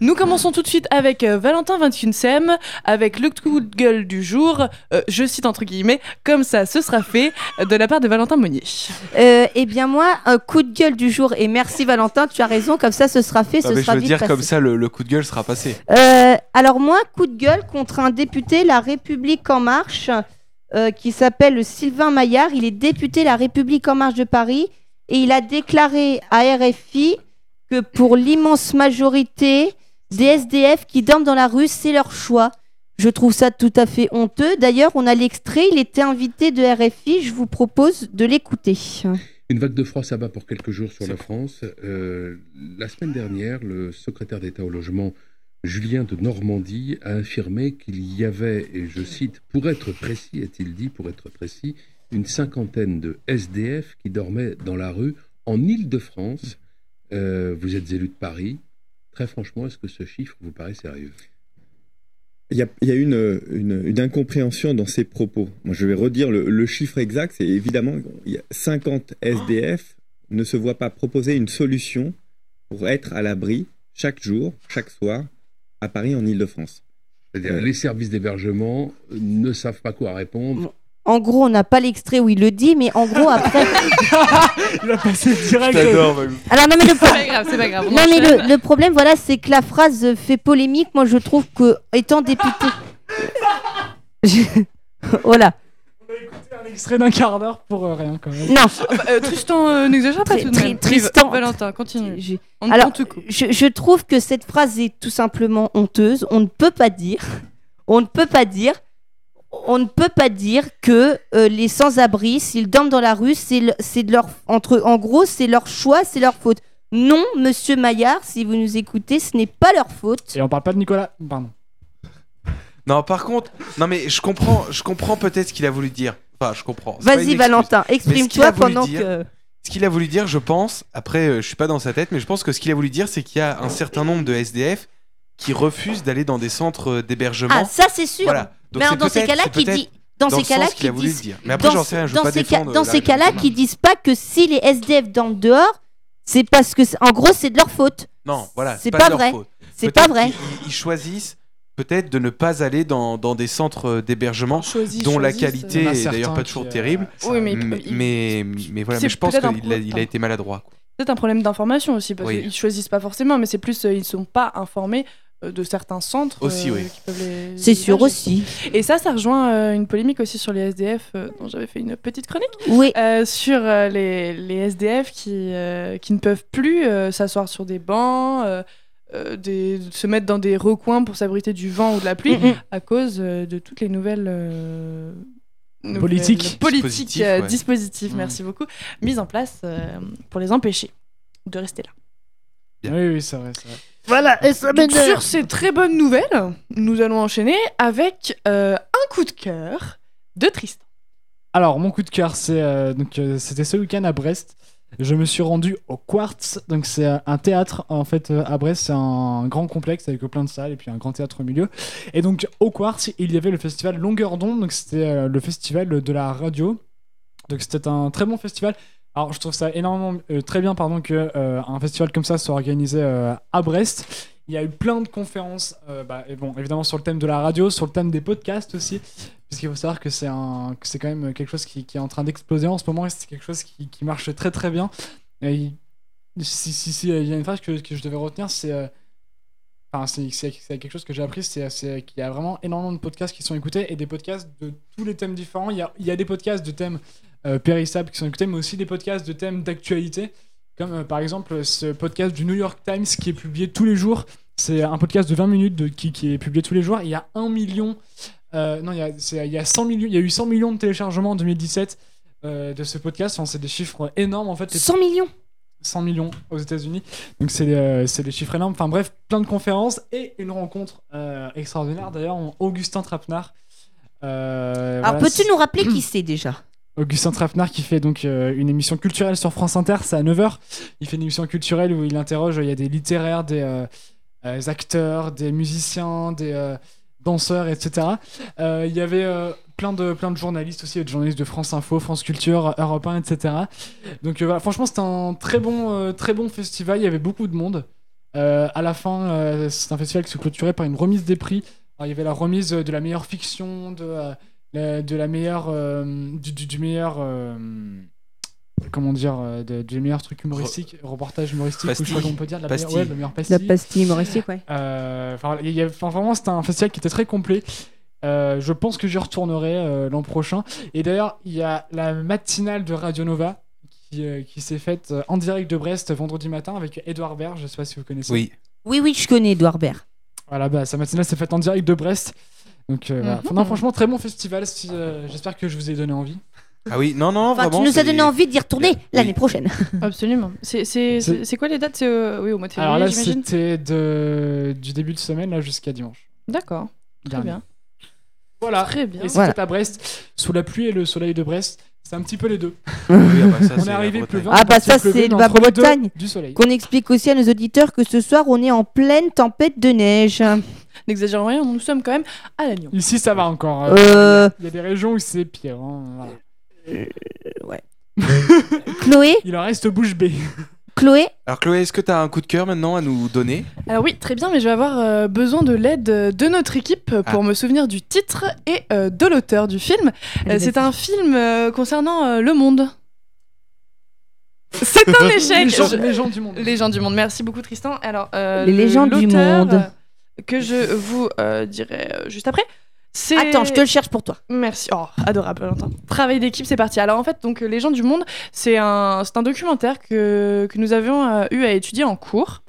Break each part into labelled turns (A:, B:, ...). A: Nous commençons tout de suite avec euh, Valentin 21 sem avec le coup de gueule du jour, euh, je cite entre guillemets, comme ça ce sera fait, euh, de la part de Valentin Monnier.
B: Euh, eh bien moi, un coup de gueule du jour et merci Valentin, tu as raison, comme ça ce sera fait,
C: Non,
B: ce
C: Ah, mais je
B: sera
C: veux
B: vite
C: dire,
B: passé.
C: comme ça, le, le coup de gueule sera passé.
B: Euh, alors moi, coup de gueule contre un député La République en marche euh, qui s'appelle Sylvain Maillard. Il est député La République en marche de Paris et il a déclaré à RFI que pour l'immense majorité des SDF qui dorment dans la rue, c'est leur choix. Je trouve ça tout à fait honteux. D'ailleurs, on a l'extrait, il était invité de RFI, je vous propose de l'écouter.
D: Une vague de froid s'abat pour quelques jours sur la France. Euh, la semaine dernière, le secrétaire d'État au logement, Julien de Normandie, a affirmé qu'il y avait, et je cite, pour être précis, a-t-il dit, pour être précis, une cinquantaine de SDF qui dormaient dans la rue en Île-de-France. Euh, vous êtes élu de Paris. Très franchement, est-ce que ce chiffre vous paraît sérieux
E: Il y a, il y a une, euh, une- une incompréhension dans ces propos. Moi, je vais redire le, le chiffre exact. C'est évidemment il y a 50 SDF ne se voient pas proposer une solution pour être à l'abri chaque jour, chaque soir, à Paris, en Ile-de-France.
D: C'est-à-dire,
E: Euh.
D: les services d'hébergement ne savent pas quoi répondre.
B: En gros, on n'a pas l'extrait où il le dit, mais en gros, après...
F: Il a passé direct.
B: Alors non, mais le
A: C'est pas grave, c'est pas grave. on
B: Non mais
A: enchaîne.
B: le, le problème voilà c'est que la phrase euh, fait polémique. Moi je trouve que étant député, Je- voilà.
F: Un euh, extrait d'un quart d'heure pour euh, rien quand même.
B: Non,
A: Euh, Tristan euh, n'exagère pas
B: Tri-
A: tout de même. euh,
B: tri- Tristan.
A: Valentin, continue.
B: je,
A: On,
B: Alors-
A: on te coupe.
B: je- je trouve que cette phrase est tout simplement honteuse. On ne peut pas dire, on ne peut pas dire, on ne peut pas dire que euh, les sans-abri s'ils dorment dans la rue c'est le- c'est de leur entre en gros c'est leur choix, c'est leur faute. Non, Monsieur Maillard, si vous nous écoutez, ce n'est pas leur faute.
F: Et on parle pas de Nicolas. Pardon.
C: Non, par contre, non, mais je comprends, je comprends peut-être ce qu'il a voulu dire. Enfin, je comprends. C'est pas une
B: Vas-y
C: excuse.
B: Valentin,
C: qu'il a
B: exprime-toi
C: voulu
B: pendant
C: dire,
B: que.
C: Ce qu'il a voulu dire, je pense, après, euh, je suis pas dans sa tête, mais je pense que ce qu'il a voulu dire, c'est qu'il y a un certain nombre de SDF qui refusent d'aller dans des centres euh, d'hébergement.
B: Ah, ça c'est sûr.
C: Voilà.
B: mais
C: Donc, c'est
B: alors, dans ces
C: peut-être-
B: cas-là,
C: c'est
B: qui
C: peut-être
B: dit, dans
C: dans
B: ces
C: le
B: cas-là,
C: sens qu'il
B: qui
C: a voulu
B: disent,
C: dire. Mais après,
B: dans,
C: j'en sais rien, je veux
B: dans
C: pas
B: ces
C: défendre. euh,
B: cas, dans
C: la
B: ces
C: région
B: cas-là,
C: de
B: qui disent pas que si les SDF dorment dehors, c'est parce que, c'est- en gros, c'est de leur faute.
C: Non, voilà,
B: c'est
C: c'est pas,
B: pas
C: de leur
B: vrai.
C: faute.
B: C'est pas
C: Peut-être
B: vrai.
C: qu'ils- Ils, choisissent peut-être de ne pas aller dans, dans des centres euh, d'hébergement dont la qualité
F: Il y en a
C: est d'ailleurs
F: certains
C: pas
F: qui,
C: toujours
F: euh,
C: terrible.
F: ça-
A: Oui, mais-
C: Mais,
A: il-
C: mais, mais voilà,
A: c'est
C: mais je pense
A: peut-être un
C: qu'il a, il a
A: problème.
C: été maladroit. quoi.
A: Peut-être un problème d'information aussi, parce
C: Oui.
A: qu'ils choisissent pas forcément, mais c'est plus euh, ils sont pas informés euh, de certains centres euh,
C: Aussi, oui.
A: qui peuvent les.
B: C'est sûr
A: héberger.
B: aussi.
A: Et ça, ça rejoint euh, une polémique aussi sur les SDF, euh, dont j'avais fait une petite chronique.
B: Oui.
A: Euh, sur euh, les, les SDF qui, euh, qui ne peuvent plus euh, s'asseoir sur des bancs, euh, euh, des- se mettre dans des recoins pour s'abriter du vent ou de la pluie,
B: Mm, mm.
A: à cause euh, de toutes les nouvelles... euh, nouvelles
F: Politiques.
A: politiques,
C: Dispositifs,
A: euh,
C: ouais.
A: dispositifs,
F: Mm.
A: merci beaucoup, mises en place euh, pour les empêcher de rester là.
F: Oui, oui, c'est vrai, c'est vrai.
A: Voilà, Donc, sur ces très bonnes nouvelles, nous allons enchaîner avec euh, un coup de cœur de Tristan.
F: Alors, mon coup de cœur, c'est euh, donc euh, c'était ce week-end à Brest. Je me suis rendu au Quartz, donc c'est euh, un théâtre en fait euh, à Brest, c'est un grand complexe avec plein de salles et puis un grand théâtre au milieu. Et donc au Quartz, il y avait le festival Longueur d'onde, donc c'était euh, le festival de la radio. Donc c'était un très bon festival. Alors je trouve ça énormément euh, très bien pardon que euh, un festival comme ça soit organisé euh, à Brest. Il y a eu plein de conférences, euh, bah, et bon évidemment sur le thème de la radio, sur le thème des podcasts aussi. Parce qu'il faut savoir que c'est un, que c'est quand même quelque chose qui, qui est en train d'exploser en ce moment et c'est quelque chose qui, qui marche très très bien. Et il- si, si, si, il y a une phrase que, que je devais retenir, c'est. euh, Enfin, c'est, c'est- c'est quelque chose que j'ai appris, c'est, c'est qu'il y a vraiment énormément de podcasts qui sont écoutés et des podcasts de tous les thèmes différents. Il y a, il y a des podcasts de thèmes euh, périssables qui sont écoutés, mais aussi des podcasts de thèmes d'actualité, comme euh, par exemple ce podcast du New York Times qui est publié tous les jours. C'est un podcast de 20 minutes de, qui, qui est publié tous les jours. Il y a un million euh, non, il y a, c'est- il y a 100 millions, il y a eu 100 millions de téléchargements en 2017 euh, de ce podcast. Enfin, c'est des chiffres énormes en fait. C'est
B: 100 millions.
F: 100 millions aux États-Unis. Donc c'est euh, c'est des chiffres énormes. Enfin bref, plein de conférences et une rencontre euh, extraordinaire d'ailleurs en Augustin Trapenard. Euh,
B: Alors,
F: voilà,
B: Ah, peux-tu nous rappeler qui c'est déjà
F: Augustin Trapenard qui fait donc euh, une émission culturelle sur France Inter, c'est à 9h. Il fait une émission culturelle où il interroge, euh, il y a des littéraires, des euh, euh, acteurs, des musiciens, des euh, danseurs, etc. Euh, il y avait euh, plein, de, plein de journalistes aussi, des journalistes de France Info, France Culture, Europe 1, etc. Donc euh, voilà, franchement c'était un très bon, euh, très bon festival, il y avait beaucoup de monde. Euh, à la fin, euh, c'est un festival qui se clôturait par une remise des prix. Alors, il y avait la remise euh, de la meilleure fiction, de, euh, la, de la meilleure, euh, du, du- du meilleur, euh, comment dire, euh, de- du meilleur truc humoristique, reportage humoristique, ou je sais pas
C: Pastille.
F: comment on peut dire, de la meilleure,
C: Pastille.
F: ouais, de la meilleure
B: La
F: pastille.
B: pastille humoristique, ouais.
F: Euh, enfin, il y a- enfin, vraiment, c'était un festival qui était très complet. Euh, je pense que j'y retournerai euh, l'an prochain. Et d'ailleurs, il y a la matinale de Radio Nova qui, euh, qui s'est faite euh, en direct de Brest vendredi matin avec Edouard Baird. Je sais pas si vous connaissez.
C: Oui.
B: Oui, oui, je connais Edouard Baird.
F: Voilà, bah, sa matinale s'est faite en direct de Brest. Donc, euh, voilà.
A: Mhm.
F: Enfin, non, franchement, très bon festival. si, euh, J'espère que je vous ai donné envie.
C: Ah oui, non, non,
B: Enfin,
C: vraiment.
B: tu nous as
C: c'est-
B: donné envie d'y retourner
C: Oui.
B: l'année prochaine.
A: Absolument. C'est- C'est c'est- c'est quoi les dates C'est euh, oui, au mois de
F: Hum. Alors
A: février,
F: là,
A: j'imagine
F: c'était de... du début de semaine là, jusqu'à dimanche.
A: D'accord, très
F: dernier.
A: bien.
F: Voilà.
A: Très bien.
F: Et c'était
B: Voilà.
F: à Brest, sous la pluie et le soleil de Brest. C'est un petit peu les deux.
C: Oui, ah bah, ça,
F: on
C: c'est
F: est
C: la
F: arrivé
C: Bretagne.
F: pleuvant.
B: Ah
F: on
B: bah
F: est parti
B: ça,
F: pleuvant
B: c'est
F: dans
B: la
F: entre les deux
B: Bretagne.
F: Du soleil.
B: Qu'on explique aussi à nos auditeurs que ce soir, on est en pleine tempête de neige.
A: N'exagérons rien, nous sommes quand même à la Lyon.
F: Ici ça va encore. euh,
B: Euh,
F: Il y a des régions où c'est pire. hein, voilà.
B: Chloé,
F: Il en reste bouche bée.
B: Chloé,
C: Alors Chloé, est-ce que tu as un coup de cœur maintenant à nous donner
A: Alors oui, très bien, mais je vais avoir euh, besoin de l'aide euh, de notre équipe euh, pour me souvenir du titre et euh, de l'auteur du film. Euh,
B: Allez,
A: c'est un film euh, concernant euh, le monde. C'est un échec.
F: les, gens,
A: Je-
F: les gens du monde.
A: Les gens du monde. Merci beaucoup Tristan. Alors euh,
B: Les
A: le-
B: légendes du
A: l'auteur,
B: monde.
A: euh, que je vous euh, dirai euh, juste après. c'est-
B: attends, je te le cherche pour toi.
A: Merci. Oh, adorable, Valentin. Travail d'équipe, c'est parti. Alors, en fait, donc, euh, Les gens du monde, c'est un, c'est un documentaire que, que nous avions euh, eu à étudier en cours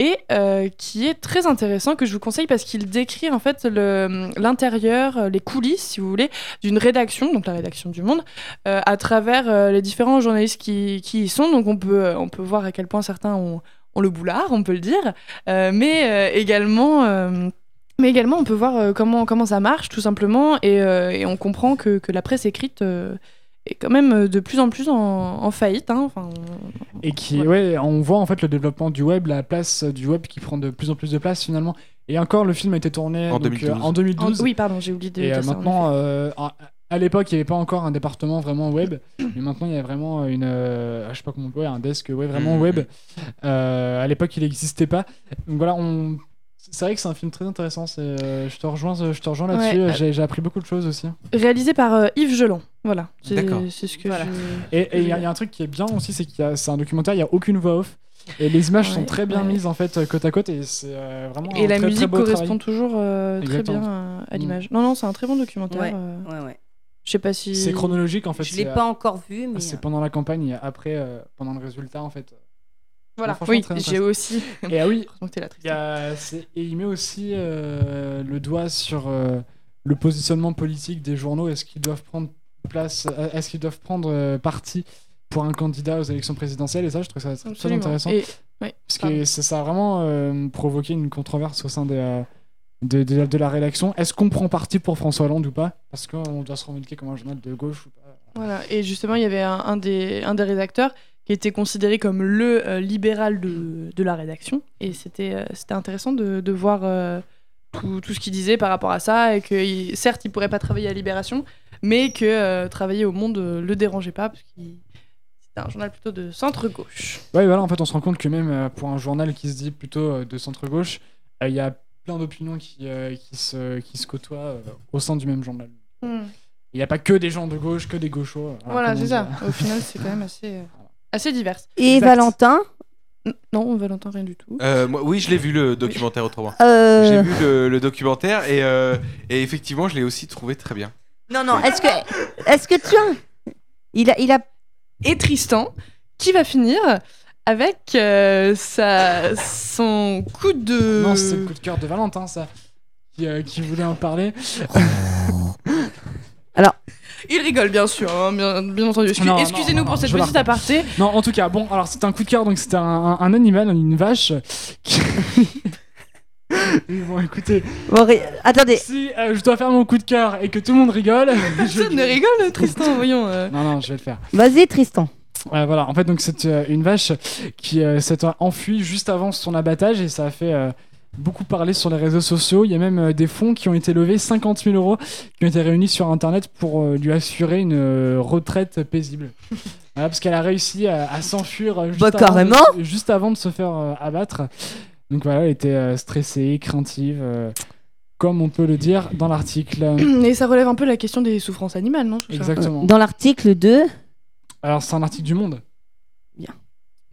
A: et euh, qui est très intéressant, que je vous conseille parce qu'il décrit, en fait, le- l'intérieur, euh, les coulisses, si vous voulez, d'une rédaction, donc la rédaction du monde, euh, à travers euh, les différents journalistes qui, qui y sont. Donc, on peut, euh, on peut voir à quel point certains ont, ont le boulard, on peut le dire, euh, mais euh, également... euh, mais également, on peut voir euh, comment, comment ça marche, tout simplement, et, euh, et on comprend que, que la presse écrite euh, est quand même euh, de plus en plus en, en faillite. hein. Enfin, on-
F: Et qui, ouais, on voit en fait le développement du web, la place euh, du web qui prend de plus en plus de place finalement. Et encore, le film a été tourné
C: En
F: donc, euh,
C: 2012.
F: en 2012.
A: en- oui, pardon, j'ai oublié de
F: Et
A: dire
F: euh,
A: ça, en
F: maintenant, euh, à- à l'époque, il n'y avait pas encore un département vraiment web, mais maintenant il y a vraiment une, euh, je sais pas comment on peut, un desk ouais, vraiment
C: Mhm.
F: web. Euh, à l'époque, il n'existait pas. Donc voilà, on. C'est vrai que c'est un film très intéressant. c'est, euh, je te rejoins, je te rejoins là-dessus.
A: Ouais.
F: J'ai- J'ai appris beaucoup de choses aussi.
A: effet. Réalisé par euh, Yves Gelon. Voilà. C'est
C: D'accord.
A: c'est ce que
F: Voilà.
A: je-
F: Et et il y, a il y a un truc qui est bien aussi, c'est qu'il y a- c'est un documentaire, il n'y a aucune voix off. Et les images sont
A: Ouais,
F: très bien
A: ouais.
F: mises en fait euh, côte à côte et c'est euh, vraiment.
A: Et
F: un
A: la
F: très, très
A: musique
F: beau
A: correspond
F: travail.
A: toujours euh, très
F: Exactement. Mm.
A: bien euh, à l'image. Non, non, c'est un très bon documentaire.
B: Ouais.
A: euh,
B: Ouais, ouais.
A: je sais pas si.
F: C'est chronologique en fait.
B: je l'ai
F: c'est,
B: pas encore vu, mais.
F: euh, C'est pendant la campagne et après, euh, pendant le résultat en fait.
A: Voilà.
F: Franchement,
A: Oui,
F: très
A: j'ai
F: intéressant.
A: aussi.
F: Et ah oui,
A: Heureusement que t'es là,
F: il y
A: Tristan.
F: a- c'est- et il met aussi euh, le doigt sur euh, le positionnement politique des journaux. Est-ce qu'ils doivent prendre place euh, Est-ce qu'ils doivent prendre euh, parti pour un candidat aux élections présidentielles Et ça, je trouve ça très, très
A: Absolument.
F: intéressant.
A: Et-
F: Parce
A: Pardon.
F: que ça, ça a vraiment euh, provoqué une controverse au sein des, euh, de, de- de la rédaction. Est-ce qu'on prend parti pour François Hollande ou pas Parce qu'on doit se revendiquer comme un journal de gauche ou pas.
A: Voilà, et justement, il y avait un, un des, un des rédacteurs qui était considéré comme le euh, libéral de, de la rédaction. Et c'était euh, c'était intéressant de, de voir euh, tout, tout ce qu'il disait par rapport à ça. Et que, il- certes, il pourrait pas travailler à Libération, mais que euh, travailler au Monde euh, le dérangeait pas, parce qu'il c'était un journal plutôt de centre-gauche.
F: Ouais, voilà, en fait, on se rend compte que même euh, pour un journal qui se dit plutôt euh, de centre-gauche, euh, il y a plein d'opinions qui, euh, qui, se, qui se côtoient euh, au sein du même journal. Il n'y a pas que des gens de gauche, que des gauchos. euh,
A: Voilà,
F: comme on
A: c'est
F: dit,
A: ça.
F: euh.
A: Au final, c'est quand même assez, euh, assez divers.
B: Et
F: Exact.
B: Valentin
A: N- Non, Valentin, rien du tout.
C: Euh, moi, Oui, je l'ai vu le documentaire autrement.
B: euh,
C: J'ai vu le, le documentaire et, euh, et effectivement, je l'ai aussi trouvé très bien.
B: Non, non, est-ce que, est que tu as. Il a, il a
A: et Tristan qui va finir avec euh, sa, son coup de.
F: hein. Non, c'est le coup de cœur de Valentin, ça, qui, euh, qui voulait en parler.
A: Il rigole bien sûr, hein, bien, bien entendu. Excuse-
F: Non, non,
A: Excusez-nous
F: non,
A: pour
F: non,
A: cette
F: je la
A: petite aparté.
F: Non, en tout cas, bon, alors c'était un coup de cœur, donc c'était un, un- un animal, une vache. Qui... bon, écoutez,
B: Bon, ré- Attendez,
F: si euh, je dois faire mon coup de cœur et que tout le monde rigole. je-
A: Personne ne rigole, Tristan, voyons. euh.
F: Non, non, je vais le faire.
B: vas-y Tristan.
F: Ouais, voilà, en fait, donc c'est euh, une vache qui euh, s'est enfuie juste avant son abattage et ça a fait euh, beaucoup parler sur les réseaux sociaux. Il y a même euh, des fonds qui ont été levés, 50 000 euros, qui ont été réunis sur Internet pour euh, lui assurer une euh, retraite paisible. Voilà, parce qu'elle a réussi à, à s'enfuir euh, juste,
B: Bah,
F: avant de-
B: carrément.
F: juste avant de se faire euh, abattre. Donc voilà, elle était euh, stressée, craintive, euh, comme on peut le dire dans l'article.
A: Et ça relève un peu la question des souffrances animales, non tout ça
F: Exactement.
B: Dans l'article 2,
F: Alors c'est un article du Monde.
B: Bien.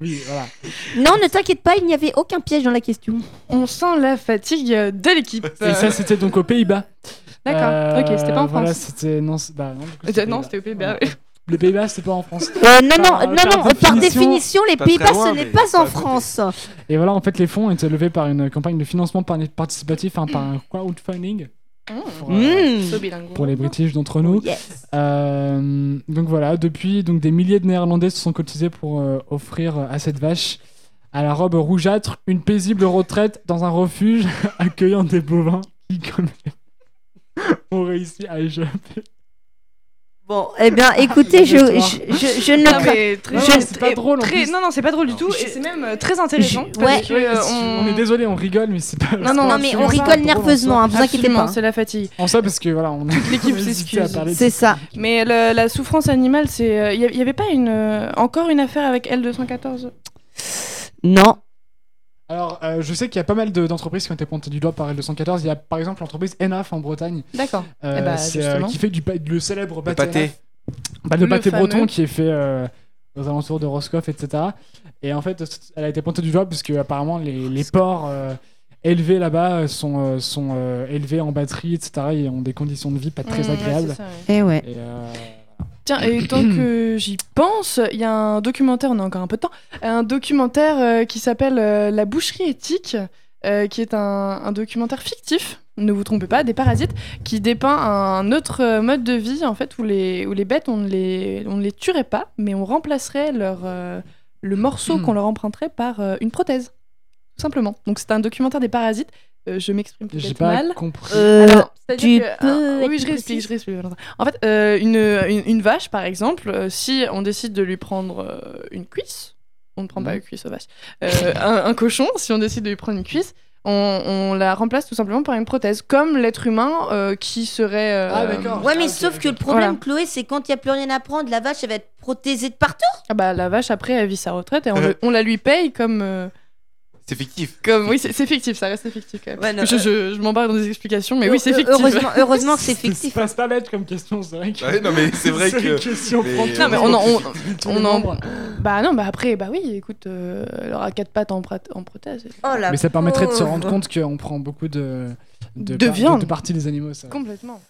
F: oui, voilà.
B: non, ne t'inquiète pas, il n'y avait aucun piège dans la question.
A: On sent la fatigue de l'équipe.
F: Et ça c'était donc aux Pays-Bas.
A: euh, D'accord,
F: Euh,
A: ok, c'était pas en
F: voilà,
A: France.
F: c'était non, c'est- bah, non, du coup,
A: Euh, non, c'était aux Pays-Bas,
F: Ouais. Les Pays-Bas, c'était pas en France.
B: Euh, non, non,
F: Par-
B: non,
F: par
B: non, par
F: définition,
B: définition, les
C: pas très
B: Pays-Bas,
C: loin,
B: ce n'est
C: mais
B: pas
C: pas à
B: en
C: côté.
B: France.
F: Et voilà, en fait, les fonds ont été levés par une campagne de financement par- participatif, hein, par un
A: Mm.
F: crowdfunding
A: Hmm.
F: pour, euh,
B: Mmh.
A: So bilingue.
F: pour les British d'entre nous.
B: Yes.
F: Euh, donc voilà, depuis, donc des milliers de Néerlandais se sont cotisés pour euh, offrir euh, à cette vache, à la robe rougeâtre, une paisible retraite dans un refuge accueillant des bovins qui, comme elle, ont réussi à échapper.
B: Bon, eh bien, écoutez, je, je, je, je ne
A: Non,
B: crains-
A: mais très-
F: Non,
A: très-
F: c'est pas drôle, en
A: très-
F: plus.
A: Non, non, c'est pas drôle du
F: Non.
A: tout. Et c'est même euh, très intéressant.
B: Ouais.
A: parce que, euh,
F: on... est désolé, on rigole, mais c'est pas.
A: Non, non,
B: Non, mais on
A: absolument pas
B: rigole
A: drôle,
B: nerveusement, hein, vous inquiétez
A: Absolument,
B: pas.
A: c'est la fatigue.
F: En ça, parce que voilà, on Toute
A: l'équipe s'excuse.
B: C'est ça.
A: Mais le- la souffrance animale, c'est. Il n'y avait pas une, euh, encore une affaire avec L214
B: Non.
F: Alors, euh, je sais qu'il y a pas mal de- d'entreprises qui ont été pointées du doigt par L214. Il y a par exemple l'entreprise ENAF en Bretagne,
A: D'accord.
F: euh,
A: Eh bah,
F: c'est, euh,
A: justement.
F: qui fait du pa- le célèbre
C: Le
F: pâté.
C: pâté.
F: bah, le
A: Le
F: pâté
A: fameux.
F: breton qui est fait euh, aux alentours de Roscoff, etc. Et en fait, elle a été pointée du doigt parce que apparemment les, les porcs euh, élevés là-bas sont, euh, sont euh, élevés en batterie, etc. Et ont des conditions de vie pas très
A: Mm, ouais, c'est
F: agréables.
A: ça, ouais.
B: Eh ouais.
F: Et, euh,
A: Tiens, et tant que j'y pense, il y a un documentaire, on a encore un peu de temps, un documentaire euh, qui s'appelle euh, La boucherie éthique, euh, qui est un, un documentaire fictif, ne vous trompez pas, des parasites, qui dépeint un autre euh, mode de vie, en fait, où les, où les bêtes, on ne les, on ne les tuerait pas, mais on remplacerait leur, euh, le morceau
F: Mm.
A: qu'on leur emprunterait par euh, une prothèse, tout simplement. Donc c'est un documentaire des parasites, Euh, je m'exprime
F: J'ai
A: peut-être
F: pas
A: mal.
F: compris.
B: Euh,
A: Alors, c'est-à-dire
B: tu
A: que-
B: peux
A: ah, oui,
B: être
A: je
B: plus
A: réexplique,
B: précis
A: je réexplique, Valentin. En fait, euh, une, une, une vache, par exemple, euh, si on décide de lui prendre euh, une cuisse, on ne prend
B: Mhm.
A: pas une cuisse aux vaches, euh, un, un cochon, si on décide de lui prendre une cuisse, on, on la remplace tout simplement par une prothèse, comme l'être humain euh, qui serait. euh,
F: Ah, d'accord.
B: Ouais, mais
F: Ah, ok,
B: sauf
F: ok.
B: que le problème,
A: Voilà.
B: Chloé, c'est quand il n'y a plus rien à prendre, la vache, elle va être protégée de partout.
A: ah bah, la vache, après, elle vit sa retraite et on, le- on la lui paye comme. euh,
C: C'est fictif.
A: comme oui, c'est c'est fictif, ça reste fictif quand même.
B: Ouais, non,
A: je
B: euh,
A: je, je m'embarque dans des explications, mais oui, c'est
B: Euh,
A: fictif.
B: Heureusement, heureusement que c'est
F: C'est
B: fictif.
A: hein.
F: pas, c'est pas bête comme question, c'est vrai que.
C: Ouais, non, mais c'est vrai que.
F: une question
C: mais-
A: Non,
F: frontière.
A: mais on en- on-
F: Tout
A: on en-
F: le nombre.
A: Bah non, bah après, bah oui, écoute, euh, elle aura quatre pattes en, prat- en prothèse.
B: Oh la
F: Mais ça permettrait de se
B: pauvre.
F: rendre compte qu'on prend beaucoup de.
A: De viande.
F: De partie des animaux, ça.
A: Complètement.